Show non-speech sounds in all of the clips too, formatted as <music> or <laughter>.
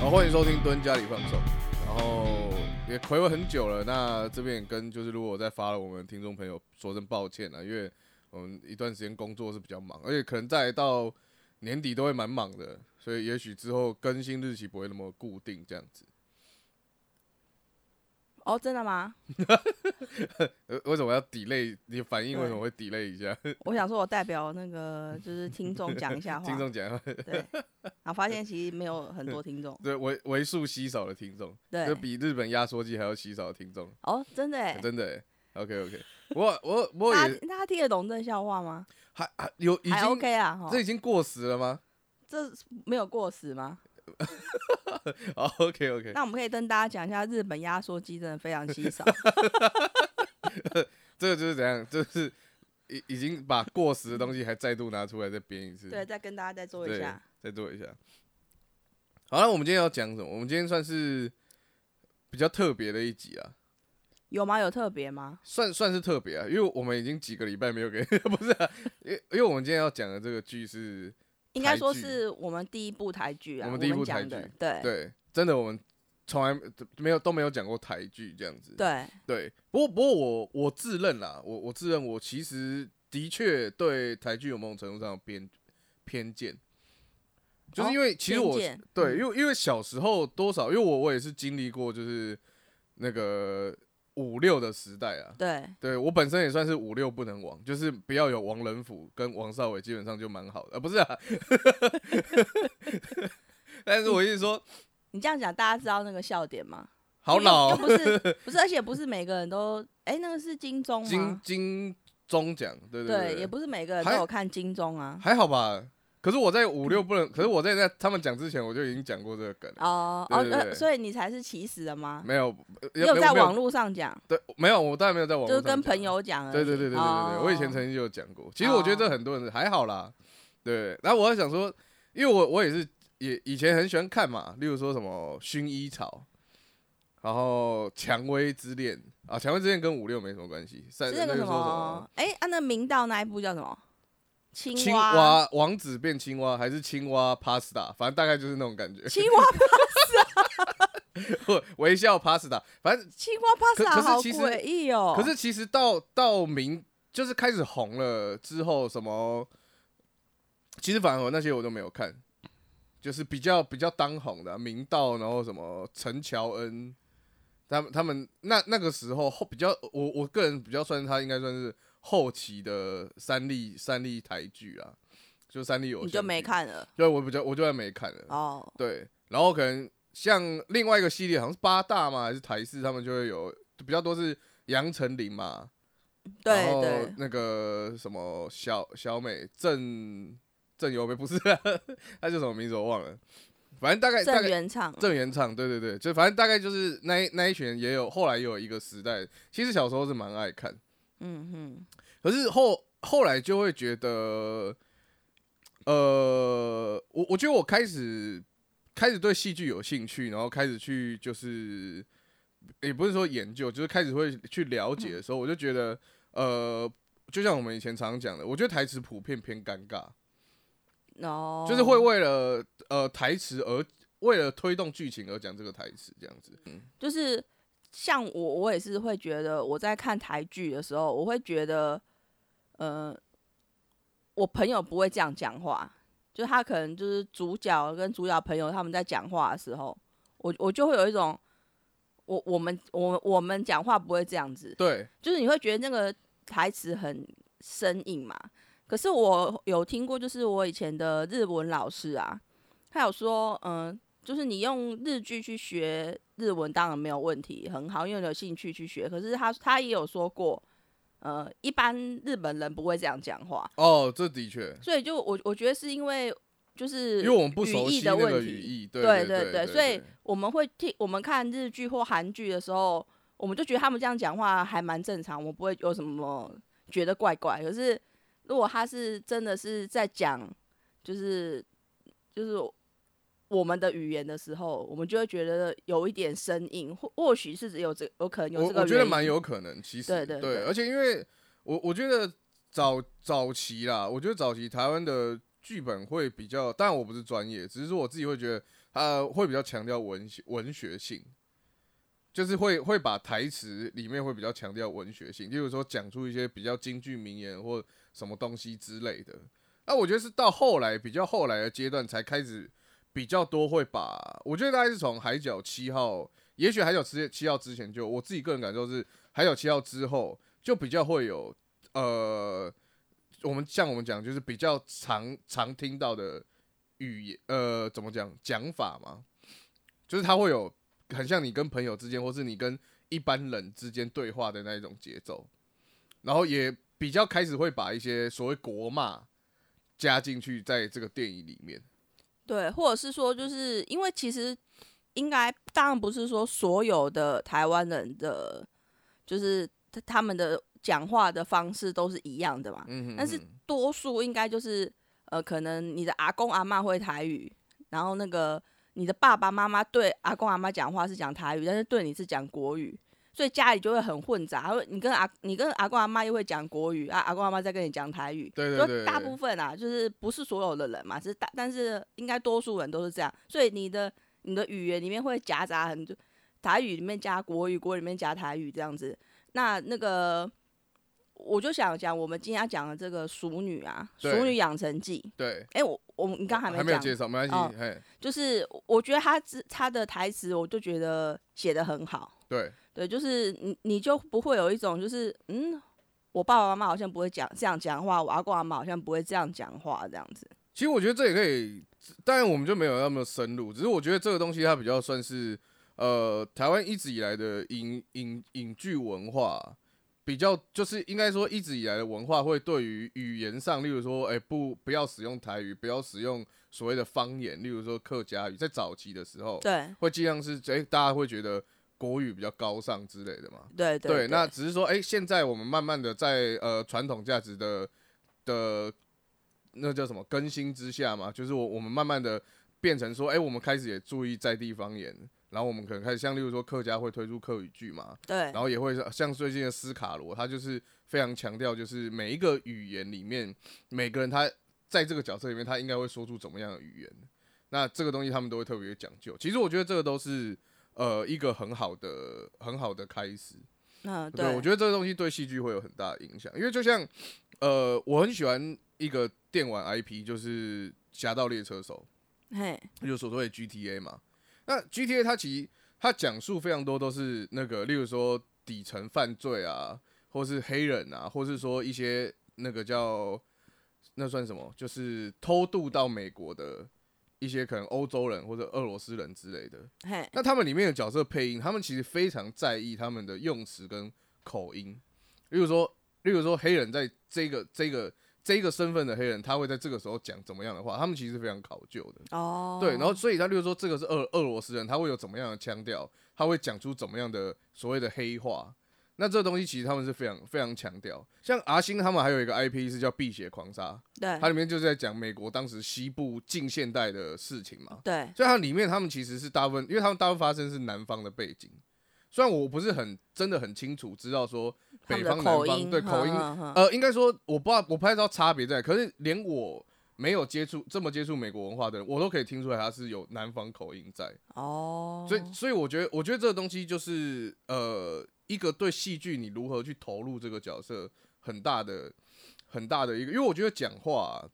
好，欢迎收听蹲家里放送。然后也暌违很久了，那这边也跟就是如果我在发了，我们听众朋友说声抱歉啊，因为我们一段时间工作是比较忙，而且可能再到年底都会蛮忙的，所以也许之后更新日期不会那么固定这样子。哦，真的吗？呃，为什么要 delay？你反应对为什么会 delay 一 <laughs> 下？我想说，我代表那个就是听众讲一下话。 <laughs> 听众讲，。对，然后发现其实没有很多听 <laughs> 众对为为数稀少的听众，对就，比日本压缩机还要稀少的听众，哦，真的哎，真的欸。OK OK，我我我大也家大家听得懂这个笑话吗？还还有已还经 OK 啊，哈这，已经过时了吗？这没有过时吗？ <laughs> 好，OK OK，那我们可以跟大家讲一下，日本压缩机真的非常 <laughs> 稀少。这个就是怎样，就是已已经把过时的东西还再度拿出来再编一次，对，再跟大家再做一对下。，再做一下。好了，那我们今天要讲什么？我们今天算是比较特别的一集啊，有吗？有特别吗？算算是特别啊，因为我们已经几个礼拜没有给， <laughs> 不是、啊，因为因为我们今天要讲的这个剧是，应该说台剧是我们第一部台剧啊，我我们第一部台讲剧的，对对，真的我们从来没有都没有讲过台剧这样子，对，对，不过不过我我自认啦，我我自认我其实的确对台剧有某种程度上的偏偏见，就是因为其实我、哦偏见对，嗯因为因为小时候多少，因为我我也是经历过就是那个五六的时代啊，对对我本身也算是五六不能亡，就是不要有王仁甫跟王少伟，基本上就蛮好的，呃，不是啊， <laughs> 但是我一直说你这样讲，大家知道那个笑点吗？好因为又老又哦不 <laughs> 是不是，而且不是每个人都哎、那个是金钟金吗？金钟奖，对对对，也不是每个人都还有看金钟啊。嗯还好吧。可是我在五六不能，可是我在在他们讲之前，我就已经讲过这个梗了。哦对哦，对对呃，所以你才是起始的吗？没有，呃你有没在没有网络上讲，对，没有，我当然没有在网络就是上讲跟啊朋。友讲而已。对对对对对对对，我以前哦曾经就有讲过。其实我觉得这很多人还好啦，对。然后我还想说，因为我我也是也以前很喜欢看嘛，例如说什么薰衣草，然后蔷薇之恋啊，蔷薇之恋跟五六没什么关系。三是那个个什说什么么？哎、啊，那明道那一部叫什么？青青蛙。蛙王子变青蛙，还是青蛙 pasta，反正大概就是那种感觉。青 <laughs> 蛙微笑 pasta，反正青蛙可 pasta 可是好其实诡异哦。可是其实到到明就是开始红了之后，什么其实反而那些我都没有看，就是比较比较当红的、啊明道，然后什么陈乔恩，他们他们那那个时候后比较，我我个人比较算是他应该算是后期的三立三立台剧啊，就三立有你就没，看了对我比较我就算没看了，哦。对，然后可能像另外一个系列，好像是八大嘛，还是台视，他们就会有比较多是杨丞琳嘛，对然后对，那个什么小小美郑郑由美不是、啊，他叫什么名字我忘了，反正大概大郑概元畅。郑元畅，对对对，就反正大概就是那一那一群人也有，后来也有一个时代，其实小时候是蛮爱看，嗯嗯，可是后后来就会觉得，呃，我我觉得我开始开始对戏剧有兴趣，然后开始去就是也不是说研究，就是开始会去了解嗯的时候，我就觉得，呃，就像我们以前常讲的，我觉得台词普遍偏尴尬，哦，就是会为了呃台词而为了推动剧情而讲这个台词这样子。就是像我，我也是会觉得我在看台剧的时候，我会觉得，呃，我朋友不会这样讲话，就他可能就是主角跟主角朋友他们在讲话的时候，我我就会有一种，我我们我我们讲话不会这样子，对，就是你会觉得那个台词很生硬嘛。可是我有听过，就是我以前的日文老师啊，他有说，嗯、就是你用日剧去学日文，当然没有问题，很好，因为你有兴趣去学。可是他他也有说过，呃，一般日本人不会这样讲话，哦，这的确，所以就我我觉得是因为就是因为我们不熟语悉义那的个问语题，义，对对对对，所以我们会听我们看日剧或韩剧的时候，我们就觉得他们这样讲话还蛮正常，我们不会有什么觉得怪怪。可是如果他是真的是在讲，就是就是我们的语言的时候，我们就会觉得有一点生硬，或或许是有这有可能有我这个我觉得原因蛮有可能，其实对对对而且因为我我觉得早早期啦，我觉得早期台湾的剧本会比较，当然我不是专业，只是说我自己会觉得呃，会比较强调文学文学性，就是会会把台词里面会比较强调文学性，例如说讲出一些比较京剧名言或什么东西之类的。那我觉得是到后来比较后来的阶段才开始比较多会把，我觉得大概是从《海角七号》，也许《海角七七号》之前就我自己个人感受是，《海角七号》之后就比较会有呃，我们像我们讲就是比较常常听到的语言，呃，怎么讲讲法嘛，就是它会有很像你跟朋友之间，或是你跟一般人之间对话的那一种节奏，然后也比较开始会把一些所谓国骂加进去在这个电影里面。对，或者是说，就是因为其实应该当然不是说所有的台湾人的，就是他他们的讲话的方式都是一样的嘛，嗯哼但是哼多数应该就是呃，可能你的阿公阿妈会台语，然后那个你的爸爸妈妈对阿公阿妈讲话是讲台语，但是对你是讲国语。所以家里就会很混杂，会你跟阿你跟阿公阿妈又会讲国语啊，阿公阿妈在跟你讲台语，对对就对大对部分啊，就是不是所有的人嘛，是大，但是应该多数人都是这样，所以你的你的语言里面会夹杂很多台语里面加国语，国语里面加台语这样子。那那个我就想讲我们今天要讲的这个《熟女》啊，《对熟女养成记》对，哎、我我们你刚还还没没有讲，介绍，没关系，哦嘿，就是我觉得他之他的台词，我就觉得写的很好。对对，就是你你就不会有一种就是嗯，我爸爸妈妈好像不会讲这样讲话，我阿公阿妈好像不会这样讲话这样子。其实我觉得这也可以，当然我们就没有那么深入，只是我觉得这个东西它比较算是呃台湾一直以来的影影影剧文化。比较就是应该说，一直以来的文化会对于语言上，例如说，哎、不不要使用台语，不要使用所谓的方言，例如说客家语，在早期的时候，对会尽量是，哎、大家会觉得国语比较高尚之类的嘛。对对，那只是说，哎、现在我们慢慢的在呃传统价值的的那叫什么更新之下嘛，就是我我们慢慢的变成说，哎、我们开始也注意在地方言，然后我们可能开始像例如说客家会推出客语剧嘛，对然后也会像最近的斯卡罗，他就是非常强调，就是每一个语言里面，每个人他在这个角色里面，他应该会说出怎么样的语言。那这个东西他们都会特别讲究。其实我觉得这个都是呃一个很好的很好的开始。嗯对，我觉得这个东西对戏剧会有很大的影响，因为就像呃，我很喜欢一个电玩 IP，就是《侠盗猎车手》。得嘿就所谓的 GTA 嘛。那 GTA 它其实它讲述非常多都是那个，例如说底层犯罪啊，或是黑人啊，或是说一些那个叫那算什么，就是偷渡到美国的一些可能欧洲人或者俄罗斯人之类的。嘿那他们里面的角色配音，他们其实非常在意他们的用词跟口音。例如说，例如说黑人在这个这个这个身份的黑人，他会在这个时候讲怎么样的话，他们其实非常考究的。哦，对，然后所以他例如说这个是俄俄罗斯人，他会有怎么样的腔调，他会讲出怎么样的所谓的黑话。那这个东西其实他们是非常非常强调，像阿星他们还有一个 IP 是叫《碧血狂杀》，对它里面就是在讲美国当时西部近现代的事情嘛。对所以它里面他们其实是大部分，因为他们大部分发生是南方的背景，虽然我不是很真的很清楚知道说他北们的方南口方音对口音哼哼哼呃，应该说我不知道，我不太知道差别在哪，可是连我没有接触这么接触美国文化的人，我都可以听出来他是有南方口音在，哦，所以所以我觉得，我觉得这个东西就是呃，一个对戏剧你如何去投入这个角色很大的很大的一个，因为我觉得讲话、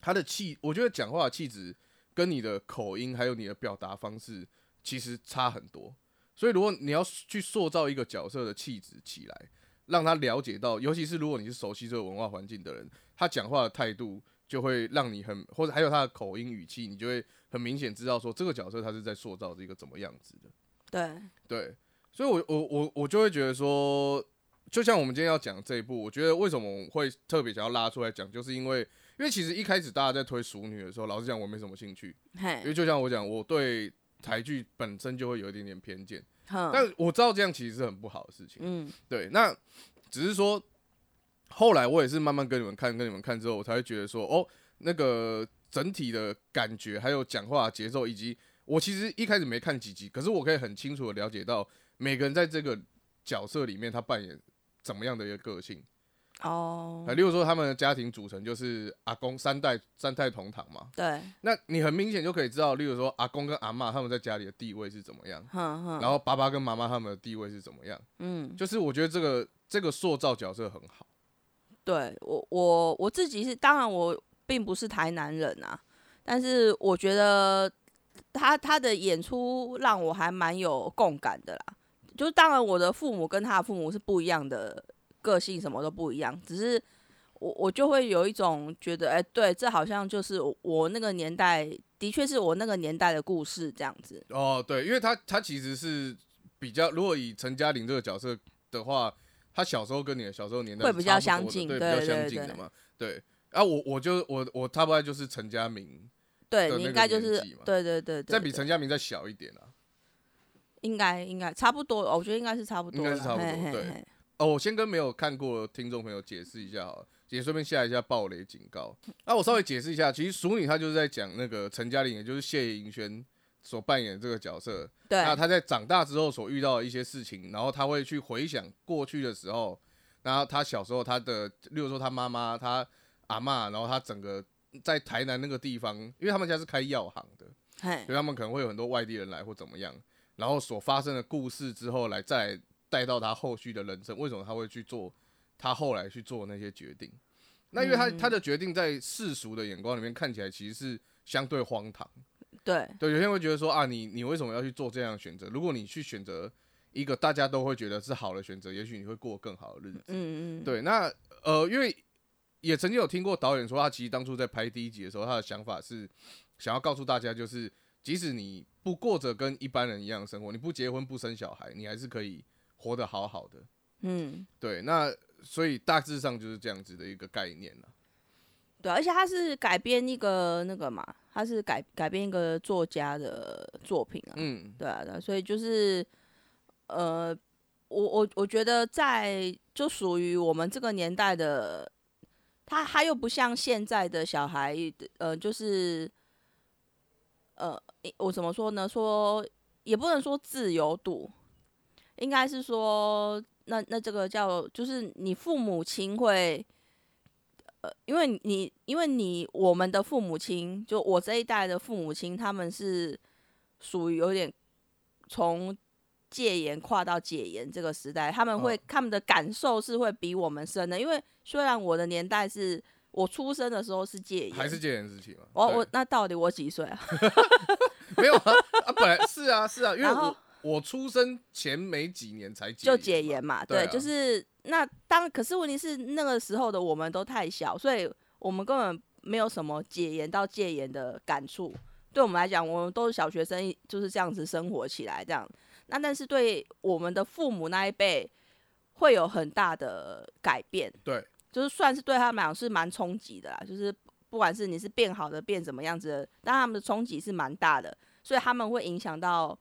他的气，我觉得讲话的气质跟你的口音还有你的表达方式其实差很多，所以如果你要去塑造一个角色的气质起来，让他了解到，尤其是如果你是熟悉这个文化环境的人，他讲话的态度就会让你很，或者还有他的口音语气，你就会很明显知道说这个角色他是在塑造一个怎么样子的。对对，所以我我我我就会觉得说，就像我们今天要讲这一部，我觉得为什么我会特别想要拉出来讲，就是因为因为其实一开始大家在推《熟女》的时候，老实讲我没什么兴趣，因为嘿就像我讲，我对台剧本身就会有一点点偏见，哼呃但我知道这样其实是很不好的事情。嗯对，那只是说，后来我也是慢慢跟你们看，跟你们看之后，我才会觉得说，哦，那个整体的感觉，还有讲话的节奏，以及我其实一开始没看几集，可是我可以很清楚的了解到每个人在这个角色里面他扮演怎么样的一个个性。哦啊，，例如说他们的家庭组成就是阿公三代三代同堂嘛，对，那你很明显就可以知道，例如说阿公跟阿嬷他们在家里的地位是怎么样，哼哼，然后爸爸跟妈妈他们的地位是怎么样，嗯，就是我觉得这个这个塑造角色很好，对我我我自己是，当然我并不是台南人啊，但是我觉得他他的演出让我还蛮有共感的啦。就是当然我的父母跟他的父母是不一样的，个性什么都不一样，只是我我就会有一种觉得，哎、对，这好像就是我我那个年代，的确是我那个年代的故事这样子。哦，对，因为他他其实是比较，如果以陈嘉玲这个角色的话，他小时候跟你的小时候年代会是比差较不多的相近对，比对较相对近的对嘛，对。啊，我我就我我他不爱就是陈嘉明，对的你那应个该就年是纪嘛对对对对，再比对陈嘉明再小一点啊。应该应该差不多，哦我觉得应该是差不多应啦，该是差不嘿多嘿对嘿哦，我先跟没有看过的听众朋友解释一下好了，也顺便下一下暴雷警告。那、我稍微解释一下，其实《熟女》她就是在讲那个陈嘉玲，也就是谢盈萱所扮演的这个角色。对，那她在长大之后所遇到的一些事情，然后她会去回想过去的时候，然后她小时候她的，例如说她妈妈、她阿嬷，啊然后她整个在台南那个地方，因为他们家是开药行的，嘿所以他们可能会有很多外地人来或怎么样，然后所发生的故事之后来再带到他后续的人生，为什么他会去做他后来去做那些决定？那因为他、他的决定在世俗的眼光里面看起来其实是相对荒唐，对，对，有些人会觉得说啊，你你为什么要去做这样的选择？如果你去选择一个大家都会觉得是好的选择，也许你会过更好的日子。嗯嗯，对，那呃，因为也曾经有听过导演说，他其实当初在拍第一集的时候，他的想法是想要告诉大家，就是即使你不过着跟一般人一样的生活，你不结婚不生小孩，你还是可以活得好好的。嗯，对，那所以大致上就是这样子的一个概念了。对，啊而且他是改编一个那个嘛，他是改改编一个作家的作品啊，嗯，对啊，对啊，所以就是呃，我我我觉得在就属于我们这个年代的，他他又不像现在的小孩，呃，就是呃，诶我怎么说呢？说也不能说自由度，应该是说那那这个叫就是你父母亲会。呃，因为你，因为你，我们的父母亲，就我这一代的父母亲，他们是属于有点从戒严跨到解严这个时代，他们会、嗯他们的感受是会比我们深的。因为虽然我的年代是我出生的时候是戒严，还是这件事情嘛。我对我那到底我几岁啊？ <laughs> 没有啊，啊本来是啊是啊，因为然后我我出生前没几年才就解解嘛严嘛，对对，啊就是那当可是问题是那个时候的我们都太小，所以我们根本没有什么解严到戒严的感触。对我们来讲，我们都是小学生，就是这样子生活起来这样。那但是对我们的父母那一辈会有很大的改变，对，就是算是对他们来讲是蛮冲击的啦，就是不管是你是变好的变怎么样子的，但他们的冲击是蛮大的，所以他们会影响到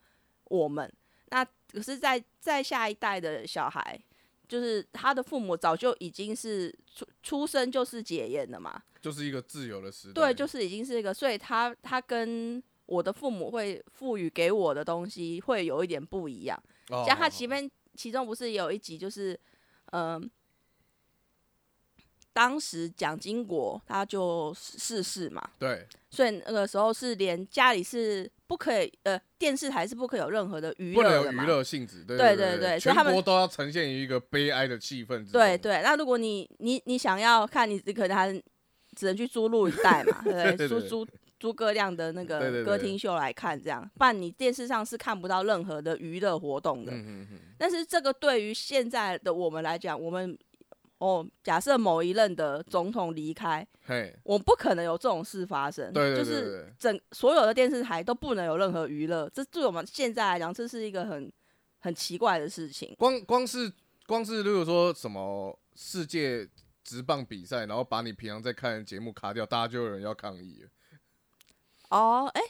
我们。那可是在，在下一代的小孩，就是他的父母早就已经是出出生就是解严了嘛，就是一个自由的时代。对，就是已经是一个，所以他他跟我的父母会赋予给我的东西会有一点不一样。哦像他前面其中不是有一集就是，嗯、当时蒋经国他就逝世嘛，对所以那个时候是连家里是不可以，呃，电视台是不可以有任何的娱不能乐有的娱嘛。乐性质，对对对对对所全以他们国都要呈现于一个悲哀的气氛之中。对对，那如果你你你想要看，你可能还只能去租录影带嘛，对不 <laughs> 对对对？租对租租各亮的那对对个对歌厅秀来看，这样，不然你电视上是看不到任何的娱乐活动的。嗯嗯嗯，但是这个对于现在的我们来讲，我们哦，假设某一任的总统离开，嘿，我不可能有这种事发生，对对对嗯就对是对，整所有的电视台都不能有任何娱乐，这对我们现在来讲，这是一个很很奇怪的事情。光光是光是，例如说什么世界直棒比赛，然后把你平常在看的节目卡掉，大家就有人要抗议了。哦，哎、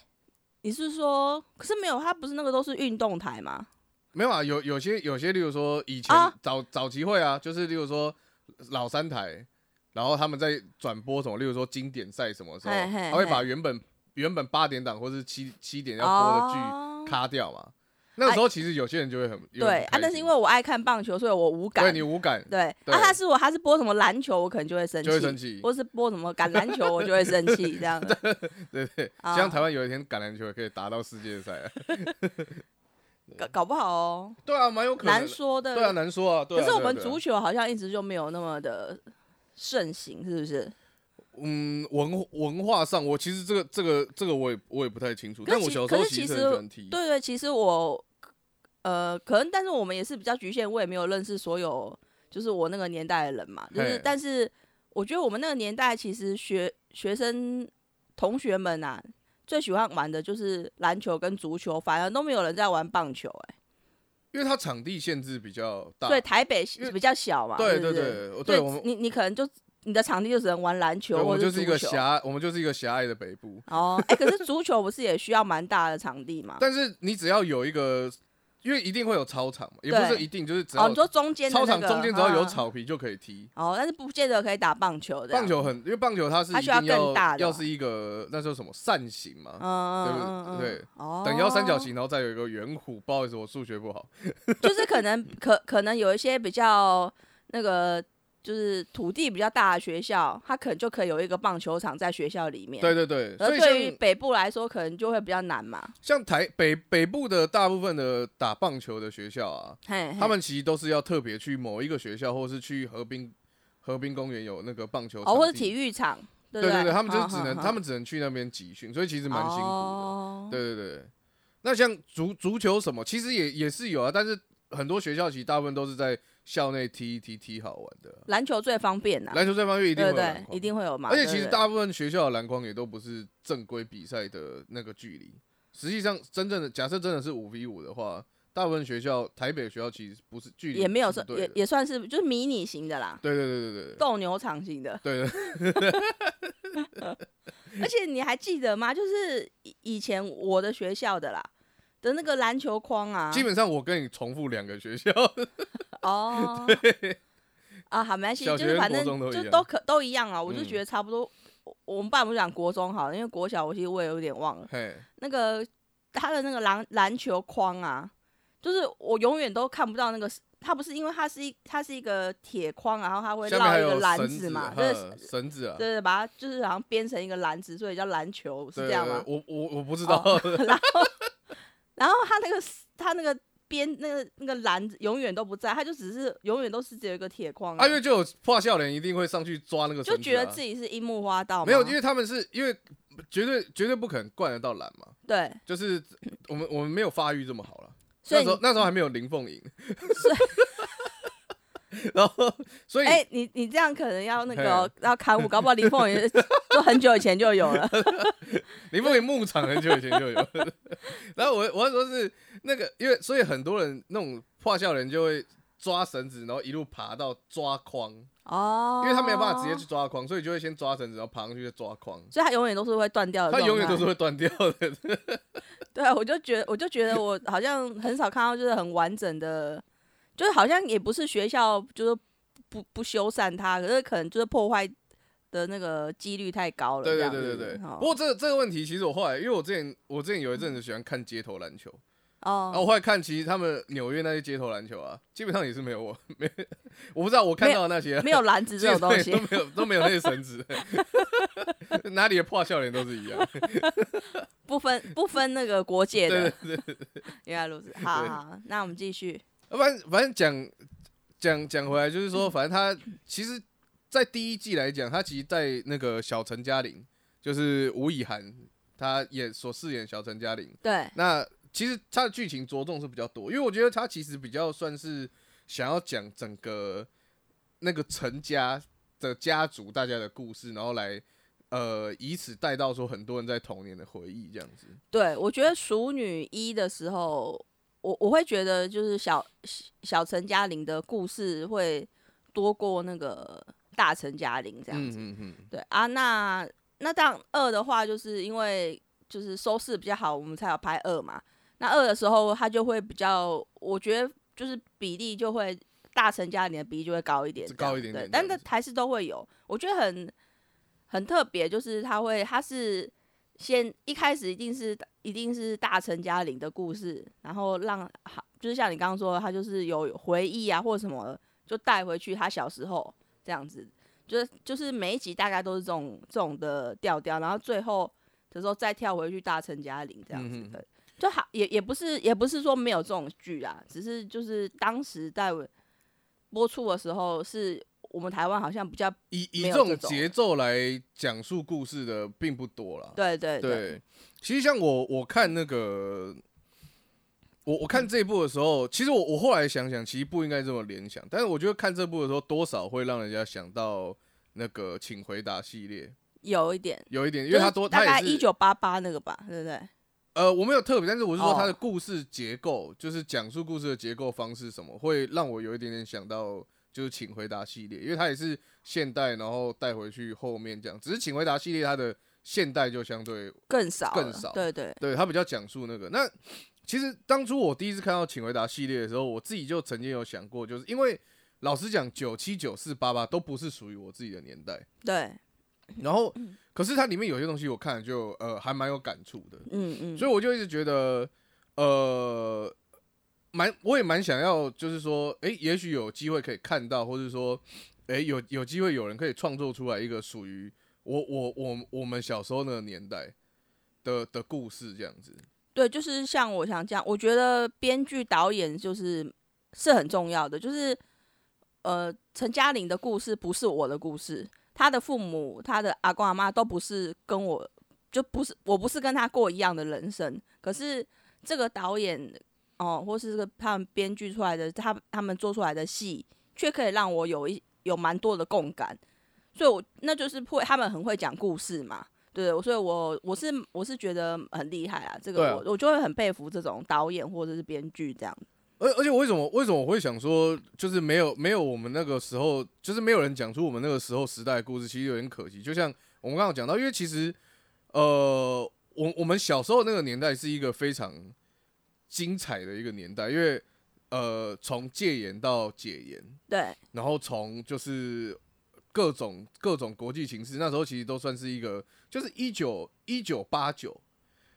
你是说，可是没有，他不是那个都是运动台吗？没有啊，有有些有些，例如说以前啊早、早期会啊，就是例如说老三台，然后他们在转播什么，例如说经典赛什么的时候，嘿嘿他会嘿把原本原本八点档或是七七点要播的剧哦，哎卡掉嘛。那个时候其实有些人就会很有对点啊，但是因为为我爱看棒球，所以我无感对。你无感对，对啊，他是我，他是播什么篮球，我可能就会生就会生气，气，或是播什么橄榄球，我就会生气，这样子。 <laughs> 对对，啊希望台湾有一天橄榄球也可以达到世界赛啊。搞搞不好哦，对啊，蛮有可能难的。说的。对啊，难说啊。对啊可是我们对啊对啊足球好像一直就没有那么的盛行，是不是？嗯文文化上，我其实这个这个这个我也我也不太清楚，可是但我其小时可候是其实其实很喜欢踢。对对，其实我呃，可能但是我们也是比较局限，我也没有认识所有就是我那个年代的人嘛。就是嘿，但是我觉得我们那个年代其实学学生同学们啊，最喜欢玩的就是篮球跟足球，反而都没有人在玩棒球、欸，因为它场地限制比较大。哎，对，台北因为比较小嘛，对是不对是对，我所以对我们你你可能就你的场地就只能玩篮对球我或们者就是一个足球。狭我们就是一个狭隘的北部，哦，哎、可是足球不是也需要蛮大的 <laughs> 场地吗？但是你只要有一个，因为一定会有操场嘛，也不是对一定，就是只哦，要你说中间的操那场个中间只要有嗯草皮就可以踢。哦，但是不见得可以打棒球的。棒，球很，因为棒球它是它一需要定更大的哦要是一个那叫什么扇形嘛，嗯对不嗯嗯，对嗯哦，等腰三角，形，然后再有一个圆弧。不好意思，我数学不好。 <laughs> 就是可能可可能有一些比较那个。就是土地比较大的学校，它可能就可以有一个棒球场在学校里面。对，对对，而所以呃对于像北部来说，可能就会比较难嘛。像台北北部的大部分的打棒球的学校啊，嘿，嘿他们其实都是要特别去某一个学校，或是去河滨河滨公园有那个棒球场哦，地，或者体育场，对对对嗯对，他们就是好只能好他们只能去那边集训，所以其实蛮辛苦的。哦对对对，那像足足球什么，其实也也是有啊，但是很多学校其实大部分都是在校内踢一踢踢好玩的。篮球最方便啦，篮球这方面一定会啊有对篮对，筐一定会有嘛。而且对其实对大部分学校的篮筐也都不是正规比赛的那个距离，实际上真正的假设真的是五 v 五的话，大部分学校台北学校其实不是距离也没有是说不对也的也算是就是迷你型的啦，对对对对对斗牛场型的。对对，而且你还记得吗？就是以以前我的学校的啦的那个篮球框啊，基本上我跟你重复两个学 <laughs> 校， <laughs> 哦，啊，好，没关系，小就学是跟反国正中都一就样都可都一样啊，我就嗯觉得差不多。我我们爸不讲国中好了，因为国小我其实我也有点忘了嘿，那个他的那个篮篮球框啊，就是我永远都看不到那个。它不是因为它是一它是一个铁框，然后它会下面绕还一个有篮绳子嘛，呵对绳子啊，对对，把它就是好像编成一个篮子，所以叫篮球，是对这样吗？我我我不知道， <laughs> 哦然后，然后他那个他那个边那个那个篮子永远都不在，他就只是永远都是只有一个铁框、啊，因为就有画笑脸一定会上去抓那个绳就子啊，觉得自己是樱木花道嘛，没有，因为他们是因为绝对绝对不可能灌得到篮嘛，对， <laughs> 就是我们我们没有发育这么好了。所那以时你候那时候还没有林凤营， <laughs> 然后所以、哎、你你这样可能要那个哦 <laughs> 嘿要刊物，搞不好林凤也 <laughs> 都很久以前就有了，林凤营牧场很久以前就有，然后我我那时候是那个，因为所以很多人那种画笑人就会抓绳子，然后一路爬到抓框，哦， <laughs> 因为他没有办法直接去，抓框，所以就会先抓绳子，然后爬上去再抓框，所以他永远都是会断掉的它状态，永远都是会断掉的。对，啊我就觉得，我就觉得我好像很少看到就是很完整的，就是好像也不是学校就是不不修缮它，可是可能就是破坏的那个几率太高了。对这对样对对子对。哦不过这这个问题，其实我后来因为我之前我之前有一阵子喜欢看街头篮球，然后哦，我后来看，其实他们纽约那些街头篮球啊，基本上也是没有我没， <laughs> 我不知道我看到的那些啊没有篮 <laughs> 子基 <laughs> 这种本上东也西都，没有都没有那些绳子， <laughs> 哪里的破笑脸都是一样。不 <laughs> 分不分那个国界对的对。对， <laughs> 原来如此，好对好，那我们继续。反正反正讲讲讲回来，就是说，反正他其实，在第一季来讲，他其实，在那个小陈嘉玲，就是吴以涵，他演所饰演小陈嘉玲，对，那其实它的剧情着重是比较多，因为我觉得它其实比较算是想要讲整个那个陈家的家族大家的故事，然后来呃以此带到说很多人在童年的回忆这样子。对，我觉得《熟女一》的时候，我我会觉得就是小小陈嘉玲的故事会多过那个大陈嘉玲这样子。嗯嗯嗯，对啊，那那当二的话，就是因为就是收视比较好，我们才有拍二嘛。那二的时候，它就会比较，我觉得就是比例就会大成家里的比例就会高一点这样，高一点对点但这样但还是都会有。我觉得很很特别，就是它会它是先一开始一定是一定是大陈嘉玲的故事，然后让好就是像你刚刚说的，他就是有回忆啊或者什么的，就带回去他小时候这样子，就是就是每一集大概都是这种这种的调调，然后最后的时候再跳回去大陈嘉玲这样子嗯的。就好，也也不是，也不是说没有这种剧啊，只是就是当时在播出的时候，是我们台湾好像比较以以没这有种这种节奏来讲述故事的并不多啦。对对对，其实像我我看那个，我我看这一部的时候，其实我我后来想想，其实不应该这么联想，但是我觉得看这部的时候，多少会让人家想到那个《请回答》系列，有一点，有一点，因因为它多，大它概也一是九八八那个吧，对不对？呃，我没有特别，但是我是说哦它的故事结构，就是讲述故事的结构方式什么，会让我有一点点想到就是《请回答》系列，因为它也是现代，然后带回去后面这样，只是《请回答》系列它的现代就相对更少了，更少对对，对他比较讲述那个。那其实当初我第一次看到《请回答》系列的时候，我自己就曾经有想过，就是因为老实讲，九七、九四、八八都不是属于我自己的年代。对，然后，可是它里面有些东西我看了就呃还蛮有感触的，嗯嗯，所以我就一直觉得呃蛮我也蛮想要，就是说，诶，也许有机会可以看到，或者说，诶，有有机会有人可以创作出来一个属于我我我我们小时候那个年代的的故事这样子。对，就是像我想讲，我觉得编剧导演就是是很重要的，就是呃，陈嘉玲的故事不是我的故事，她的父母、她的阿公阿妈都不是跟我，就不是我不是跟她过一样的人生，可是这个导演哦、或是这个他们编剧出来的，他他们做出来的戏，却可以让我有一有蛮多的共感，所以我那就是会他们很会讲故事嘛，对，我所以我我是我是觉得很厉害啊，这对个啊我、我就会很佩服这种导演或者是编剧这样，而而且我为什么为什么我会想说，就是没有没有我们那个时候，就是没有人讲出我们那个时候时代的故事，其实有点可惜。就像我们刚刚讲到，因为其实呃，我我们小时候那个年代是一个非常精彩的一个年代，因为呃，从戒严到解严，对然后从就是各种各种国际形势，那时候其实都算是一个，就是一九一九八九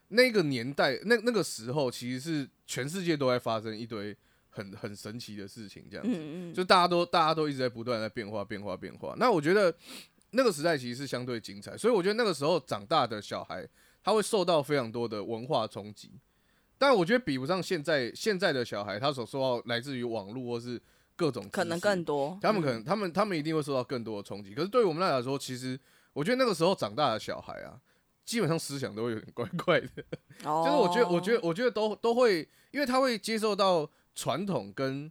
那个年代，那那个时候其实是全世界都在发生一堆很很神奇的事情，这样子，嗯嗯，就大家都大家都一直在不断地在变化变化变化。那我觉得那个时代其实是相对精彩，所以我觉得那个时候长大的小孩他会受到非常多的文化冲击，但我觉得比不上现在现在的小孩，他所受到来自于网络或是各种可能知识更多，他们嗯可能，他们他们一定会受到更多的冲击。可是对于我们来说，其实我觉得那个时候长大的小孩啊，基本上思想都会有点怪怪的。就就是我觉得，我哦觉得，我觉得都都会，因为他会接受到传统跟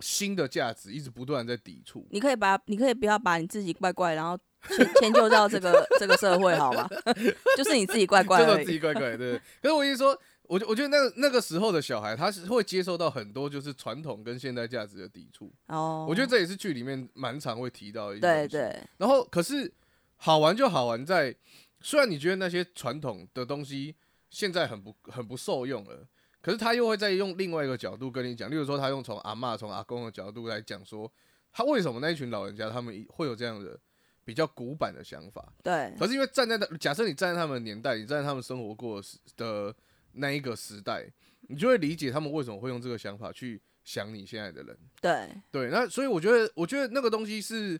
新的价值一直不断地在抵触。你可以把，你可以不要把你自己怪怪，然后 <laughs> 迁迁就到这个这个社会，好吗？ <laughs> 就是你自己怪 <laughs> 怪这而个自已。己怪怪的。对可是我一说，我觉我觉得那个那个时候的小孩，他是会接受到很多就是传统跟现代价值的抵触。哦，我觉得这也是剧里面蛮常会提到的一些对东西。对然后可是好玩就好玩在，虽然你觉得那些传统的东西现在很不很不受用了，可是他又会再用另外一个角度跟你讲，例如说他用从阿嬷从阿公的角度来讲说，他为什么那一群老人家他们会有这样的比较古板的想法，对可是因为站在那，假设你站在他们的年代，你站在他们生活过的时的那一个时代，你就会理解他们为什么会用这个想法去想你现在的人。对对，那所以我觉得，我觉得那个东西是，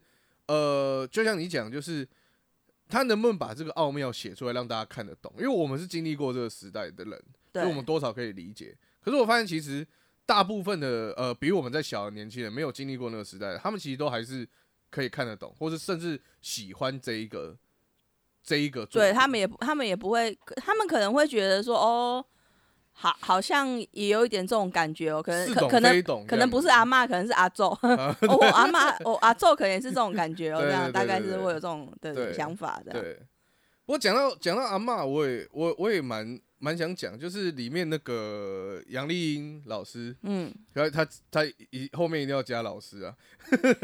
呃，就像你讲，就是他能不能把这个奥妙写出来，让大家看得懂？因为我们是经历过这个时代的人，所以我们对，多少可以理解。可是我发现，其实大部分的呃，比我们在小的年轻人，没有经历过那个时代的，他们其实都还是可以看得懂，或是甚至喜欢这一个这一个作品。对他们也不他们也不会，他们可能会觉得说，哦，好，好像也有一点这种感觉哦，可能似可懂可能非懂这样子，可能不是阿嬷，可能是阿 <laughs> 昼。哦，我阿嬷，我阿昼可能也是这种感觉哦，对这样对对大概对是对会有这种的对想法的。对，我讲到讲到阿嬷，我也我我也蛮蛮想讲，就是里面那个杨丽英老师，嗯，然后他他一后面一定要加老师啊，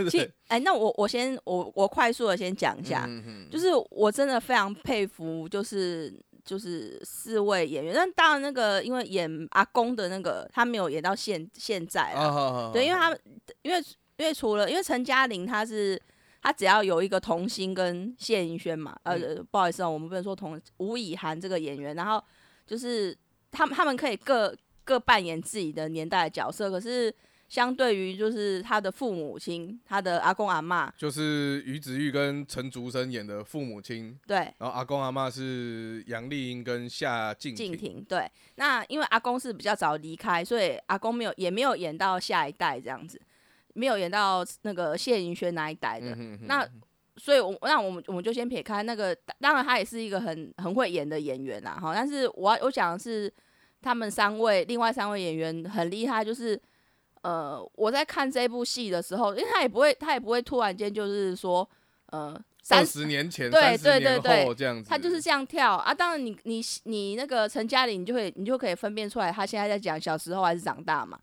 其哎，那我我先我我快速的先讲一下，嗯哼就是我真的非常佩服，就是就是四位演员。但当然，那个因为演阿公的那个，他没有演到现现在啊啦。好好好，对，因为他们因为因为除了因为陈嘉玲她是他只要有一个童星跟谢盈萱嘛，呃，嗯不好意思啊，我们不能说童吴以涵这个演员，然后就是他们他们可以各各扮演自己的年代的角色，可是相对于就是他的父母亲，他的阿公阿妈，就是于子玉跟陈竹生演的父母亲，对，然后阿公阿妈是杨丽英跟夏静静婷，婷对，那因为阿公是比较早离开，所以阿公没有也没有演到下一代这样子，没有演到那个谢盈萱那一代的。嗯哼那哼所以我，那我们我们就先撇开那个，当然他也是一个很很会演的演员啦，哈。但是我要我讲的是，他们三位另外三位演员很厉害，就是呃，我在看这部戏的时候，因为他也不会他也不会突然间就是说呃三二十年前、对三十对年对对后这样子，他就是这样跳啊。当然你，你你那个陈嘉玲，你就会你就可以分辨出来，他现在在讲小时候还是长大嘛。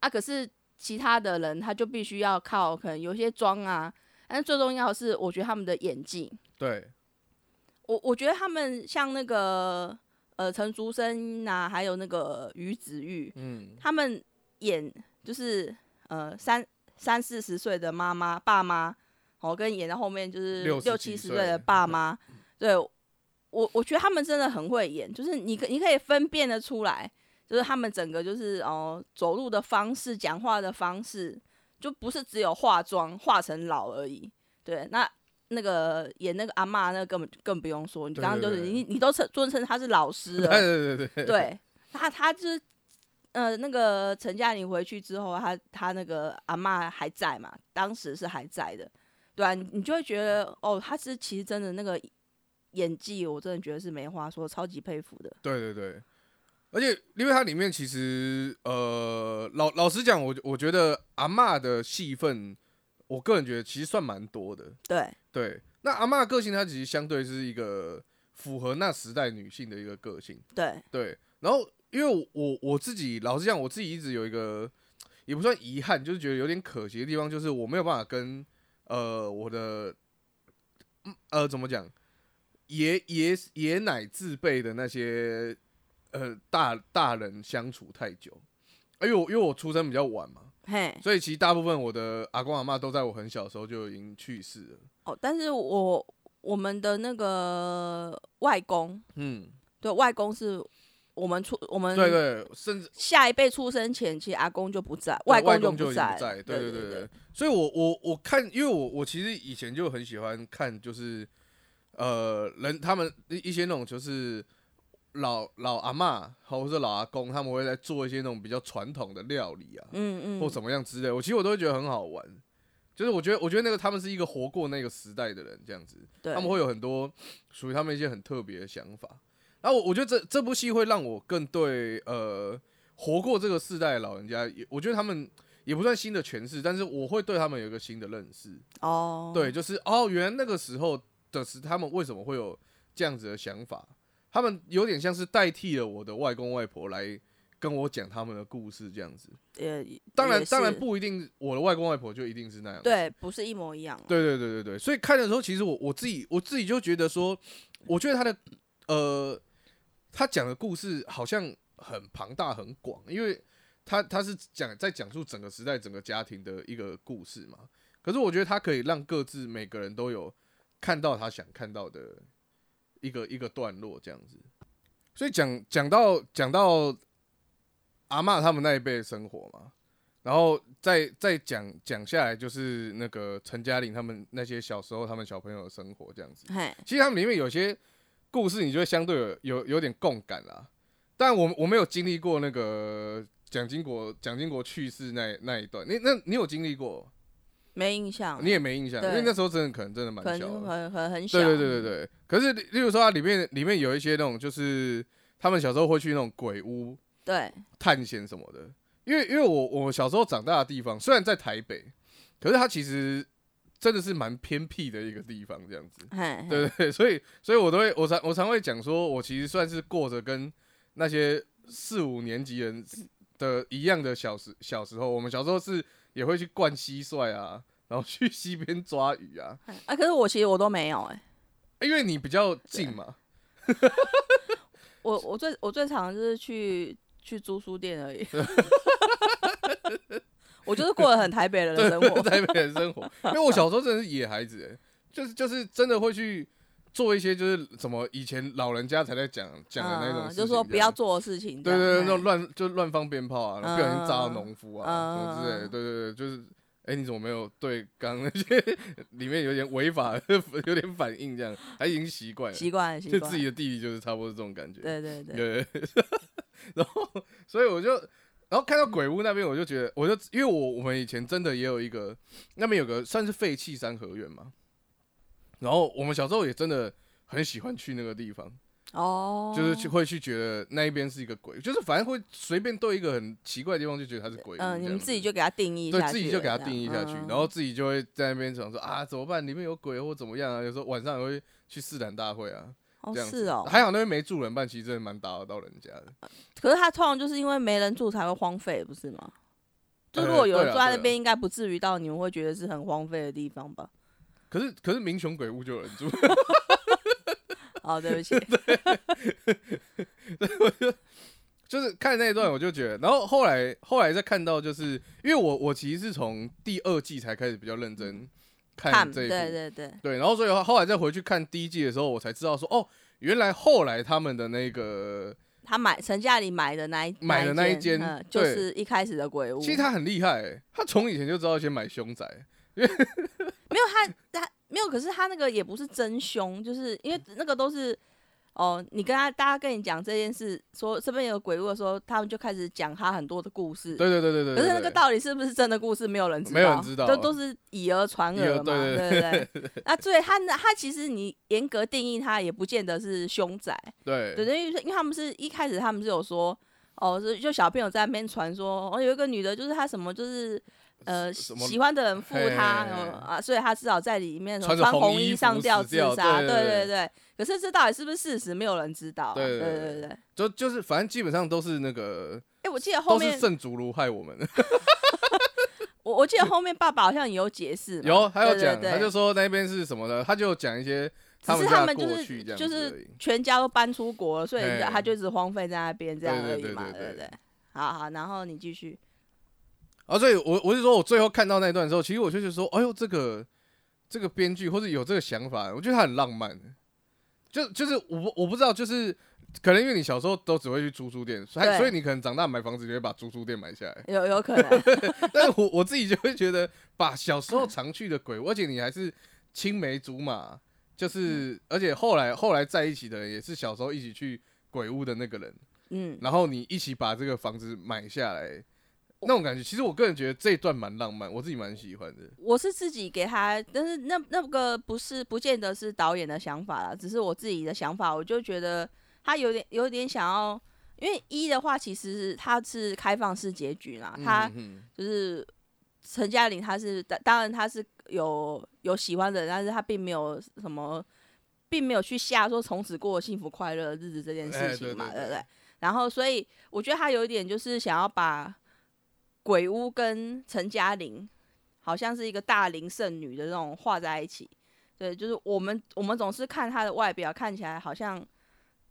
啊，可是其他的人他就必须要靠可能有一些妆啊，但是最重要的是，我觉得他们的演技，对，我我觉得他们像那个呃陈竹生啊，还有那个于子玉，嗯，他们演就是呃三三四十岁的妈妈爸妈，哦，跟演到后面就是六十六几七十岁岁的爸妈，对我我觉得他们真的很会演，就是你可你可以分辨得出来，就是他们整个就是哦走路的方式、讲话的方式，就不是只有化妆化成老而已。对，那那个演那个阿嬷那个根本更不用说，你对刚刚就是对对你你都称尊称他是老师 <laughs> 了，对对对对，对他，他就是呃，那个陈嘉玲回去之后，他他那个阿嬷还在嘛，当时是还在的，对啊，你你就会觉得哦，他是其实真的那个演技，我真的觉得是没话说，超级佩服的。对对对，而且因为它里面其实呃，老老实讲，我我觉得阿嬷的戏份，我个人觉得其实算蛮多的。对对，那阿嬷的个性她其实相对是一个符合那时代女性的一个个性。对，对，然后因为我我我自己老实讲，我自己一直有一个也不算遗憾，就是觉得有点可惜的地方，就是我没有办法跟呃我的嗯呃怎么讲爷爷爷奶自辈的那些呃大大人相处太久，因为我因为我出生比较晚嘛，嘿，所以其实大部分我的阿公阿妈都在我很小的时候就已经去世了。哦，但是我我们的那个外公，嗯，对外公是我们出我们对对，甚至下一辈出生前，其实阿公就不在，对公公不已经在不在，了，对对对对。所以我我我看，因为我我其实以前就很喜欢看，就是呃人他们一一些那种就是老老阿嬷或者是老阿公，他们会来做一些那种比较传统的料理啊，嗯或嗯，怎么样之类。我其实我都会觉得很好玩，就是我觉得我觉得那个他们是一个活过那个时代的人，这样子。对，他们会有很多属于他们一些很特别的想法。然后我我觉得这这部戏会让我更对呃活过这个世代的老人家，也我觉得他们也不算新的诠释，但是我会对他们有一个新的认识。哦，对，就是哦，原来那个时候的是他们为什么会有这样子的想法？他们有点像是代替了我的外公外婆来跟我讲他们的故事这样子。呃，当然，也当然是不一定我的外公外婆就一定是那样。对，不是一模一样。，啊对对对对对，所以看的时候，其实我我自己我自己就觉得说，我觉得他的呃，他讲的故事好像很庞大很广，因为他他是讲在讲述整个时代整个家庭的一个故事嘛。可是我觉得他可以让各自每个人都有看到他想看到的一个一个段落这样子。所以讲讲到讲到阿嬷他们那一辈的生活嘛，然后再再讲讲下来，就是那个陈嘉玲他们那些小时候他们小朋友的生活这样子。嘿，其实他们里面有些故事，你就会相对有有有点共感啦。但我我没有经历过那个蒋经国蒋经国去世那那一段，你那你有经历过？没印象，你也没印象，因为啊对那时候真的可能真的蛮可小能的。很很很小。对对对对对。可是例例如说，啊它里面里面有一些那种，就是他们小时候会去那种鬼屋对探险什么的。因为因为我我小时候长大的地方虽然在台北，可是它其实真的是蛮偏僻的一个地方，这样子。嘿，嘿对对对，所以所以我都会我常我常会讲说，我其实算是过着跟那些四五年级人的一样的小时小时候，我们小时候是也会去灌蟋蟀啊，然后去溪边抓鱼啊，啊，可是我其实我都没有哎、因为你比较近嘛，。我我最我最常就是去去租书店而已。我就是过得很台北人的生活台北人生活。因为我小时候真的是野孩子、欸，就是就是真的会去做一些就是什么以前老人家才在讲讲的那种嗯事情、就是说不要做的事情这对样。对对，那哎种乱就乱放鞭炮啊，然后不小心炸到嗯农夫啊，什么之类的。嗯对对对，就是。哎、你怎么没有对刚刚那些里面有点违法， <laughs> 有点反应这样？还已经习惯了，习惯了习就惯了。自己的弟弟就是差不多是这种感觉。对对对，对， <laughs> 然后所以我就，然后看到鬼屋那边，我就觉得，我就因为我我们以前真的也有一个，那边有个算是废弃三合院嘛，然后我们小时候也真的很喜欢去那个地方，哦，就是去会去觉得那一边是一个鬼，就是反正会随便对一个很奇怪的地方就觉得它是鬼屋这样嗯，子，你们自己就给它定义对下去了，自己就给它这样定义下去，嗯然后自己就会在那边想说啊怎么办，里面有鬼或怎么样啊，有时候晚上也会去试胆大会啊，哦这样是子哦，还好那边没住人办，其实真的蛮打扰到人家的。可是它通常就是因为没人住才会荒废，不是吗？就如呃果有对啊人住在对那啊边，应该不至于到你们会觉得是很荒废的地方 <laughs> 吧？可是可是民雄鬼屋就有人住， <laughs> 哦，对不起，就是看那一段我就觉得，然后后来后来再看到，就是因为我我其实是从第二季才开始比较认真看嗯看，这一对部，对对，对然后所以后来再回去看第一季的时候，我才知道说哦，原来后来他们的那个他买陈家里买的那一买的那一间嗯就对是一开始的鬼屋。其实他很厉害、欸，他从以前就知道先买凶宅，没有他他没有，可是他那个也不是真凶，就是因为那个都是哦，你跟他大家跟你讲这件事，说这边有鬼屋的时候，他们就开始讲他很多的故事。对对对对对对可是那对个到底是不是真的故事，没有人知道，没有人知道啊这都是以讹传以讹讹嘛，对对对不对？那对他呢，他其实你严格定义他也不见得是凶宅，对对，因为因为他们是一开始他们是有说，哦，是就小朋友在那边传说，哦，有一个女的，就是她什么就是。呃，什么喜欢的人附嘿她嘿嘿嗯啊，所以她至少在里面什么穿着穿红红衣服上吊死自掉杀，对对对对对对。可是这到底是不是事实，没有人知道啊。对对对对对对。就就是反正基本上都是那个哎，我记得后都是面，圣主如害我 <laughs> 们，我我记得后面爸爸好像也有解释嘛，有他有对讲，对对他就说那边是什么的，他就讲一些只们是家他的们就过去是这样就子而是已。全家都搬出国了，所以嘿他就一直荒废在那边这样对而对已对嘛，对对对对。好好，然后你继续，啊，所以我我是说我最后看到那一段的时候，其实我就是说，哎呦，这个这个编剧或者有这个想法，我觉得他很浪漫。就就是我不我不知道，就是可能因为你小时候都只会去租书店，所以对所以你可能长大买房子就会把租书店买下来。有有可 <laughs> 能，但是我我自己就会觉得，把小时候常去的鬼屋，而且你还是青梅竹马，就是而且后来后来在一起的人也是小时候一起去鬼屋的那个人，嗯，然后你一起把这个房子买下来，那种感觉，其实我个人觉得这一段蛮浪漫，我自己蛮喜欢的。我是自己给他，但是那那个不是不见得是导演的想法啦，只是我自己的想法，我就觉得他有点有点想要，因为一的话其实他是开放式结局啦，他嗯哼就是陈嘉玲，她是当当然她是有有喜欢的人，但是她并没有什么，并没有去下说从此过幸福快乐的日子这件哎事情嘛，对对对不对对？然后所以我觉得她有一点就是想要把鬼屋跟陈嘉玲好像是一个大龄剩女的那种画在一起。对，就是我们我们总是看她的外表看起来好像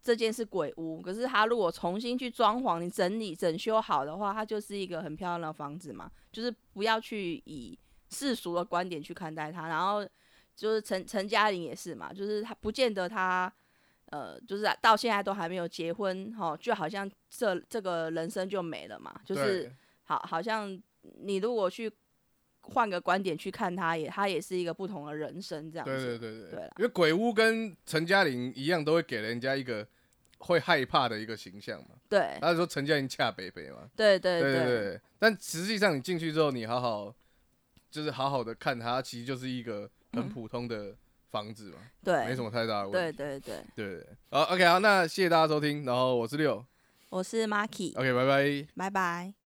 这间是鬼屋，可是它如果重新去装潢、你整理、整修好的话，它就是一个很漂亮的房子嘛。就是不要去以世俗的观点去看待它。然后就是陈陈嘉玲也是嘛，就是她不见得她呃，就是到现在都还没有结婚，哈，就好像这这个人生就没了嘛，就是对好，好像你如果去换个观点去看他，也他也是一个不同的人生这样子。对对对对啦因为鬼屋跟陈嘉玲一样，都会给人家一个会害怕的一个形象嘛。对他就说陈嘉玲恰北北嘛，对哎对对对，但实际上你进去之后，你好好就是好好的看它，其实就是一个很普通的房子嘛，嗯对没什么太大的对问题。对对，对对对，好，OK，好，那谢谢大家收听，然后我是六呃我是 Marky， ，OK，拜拜。拜拜。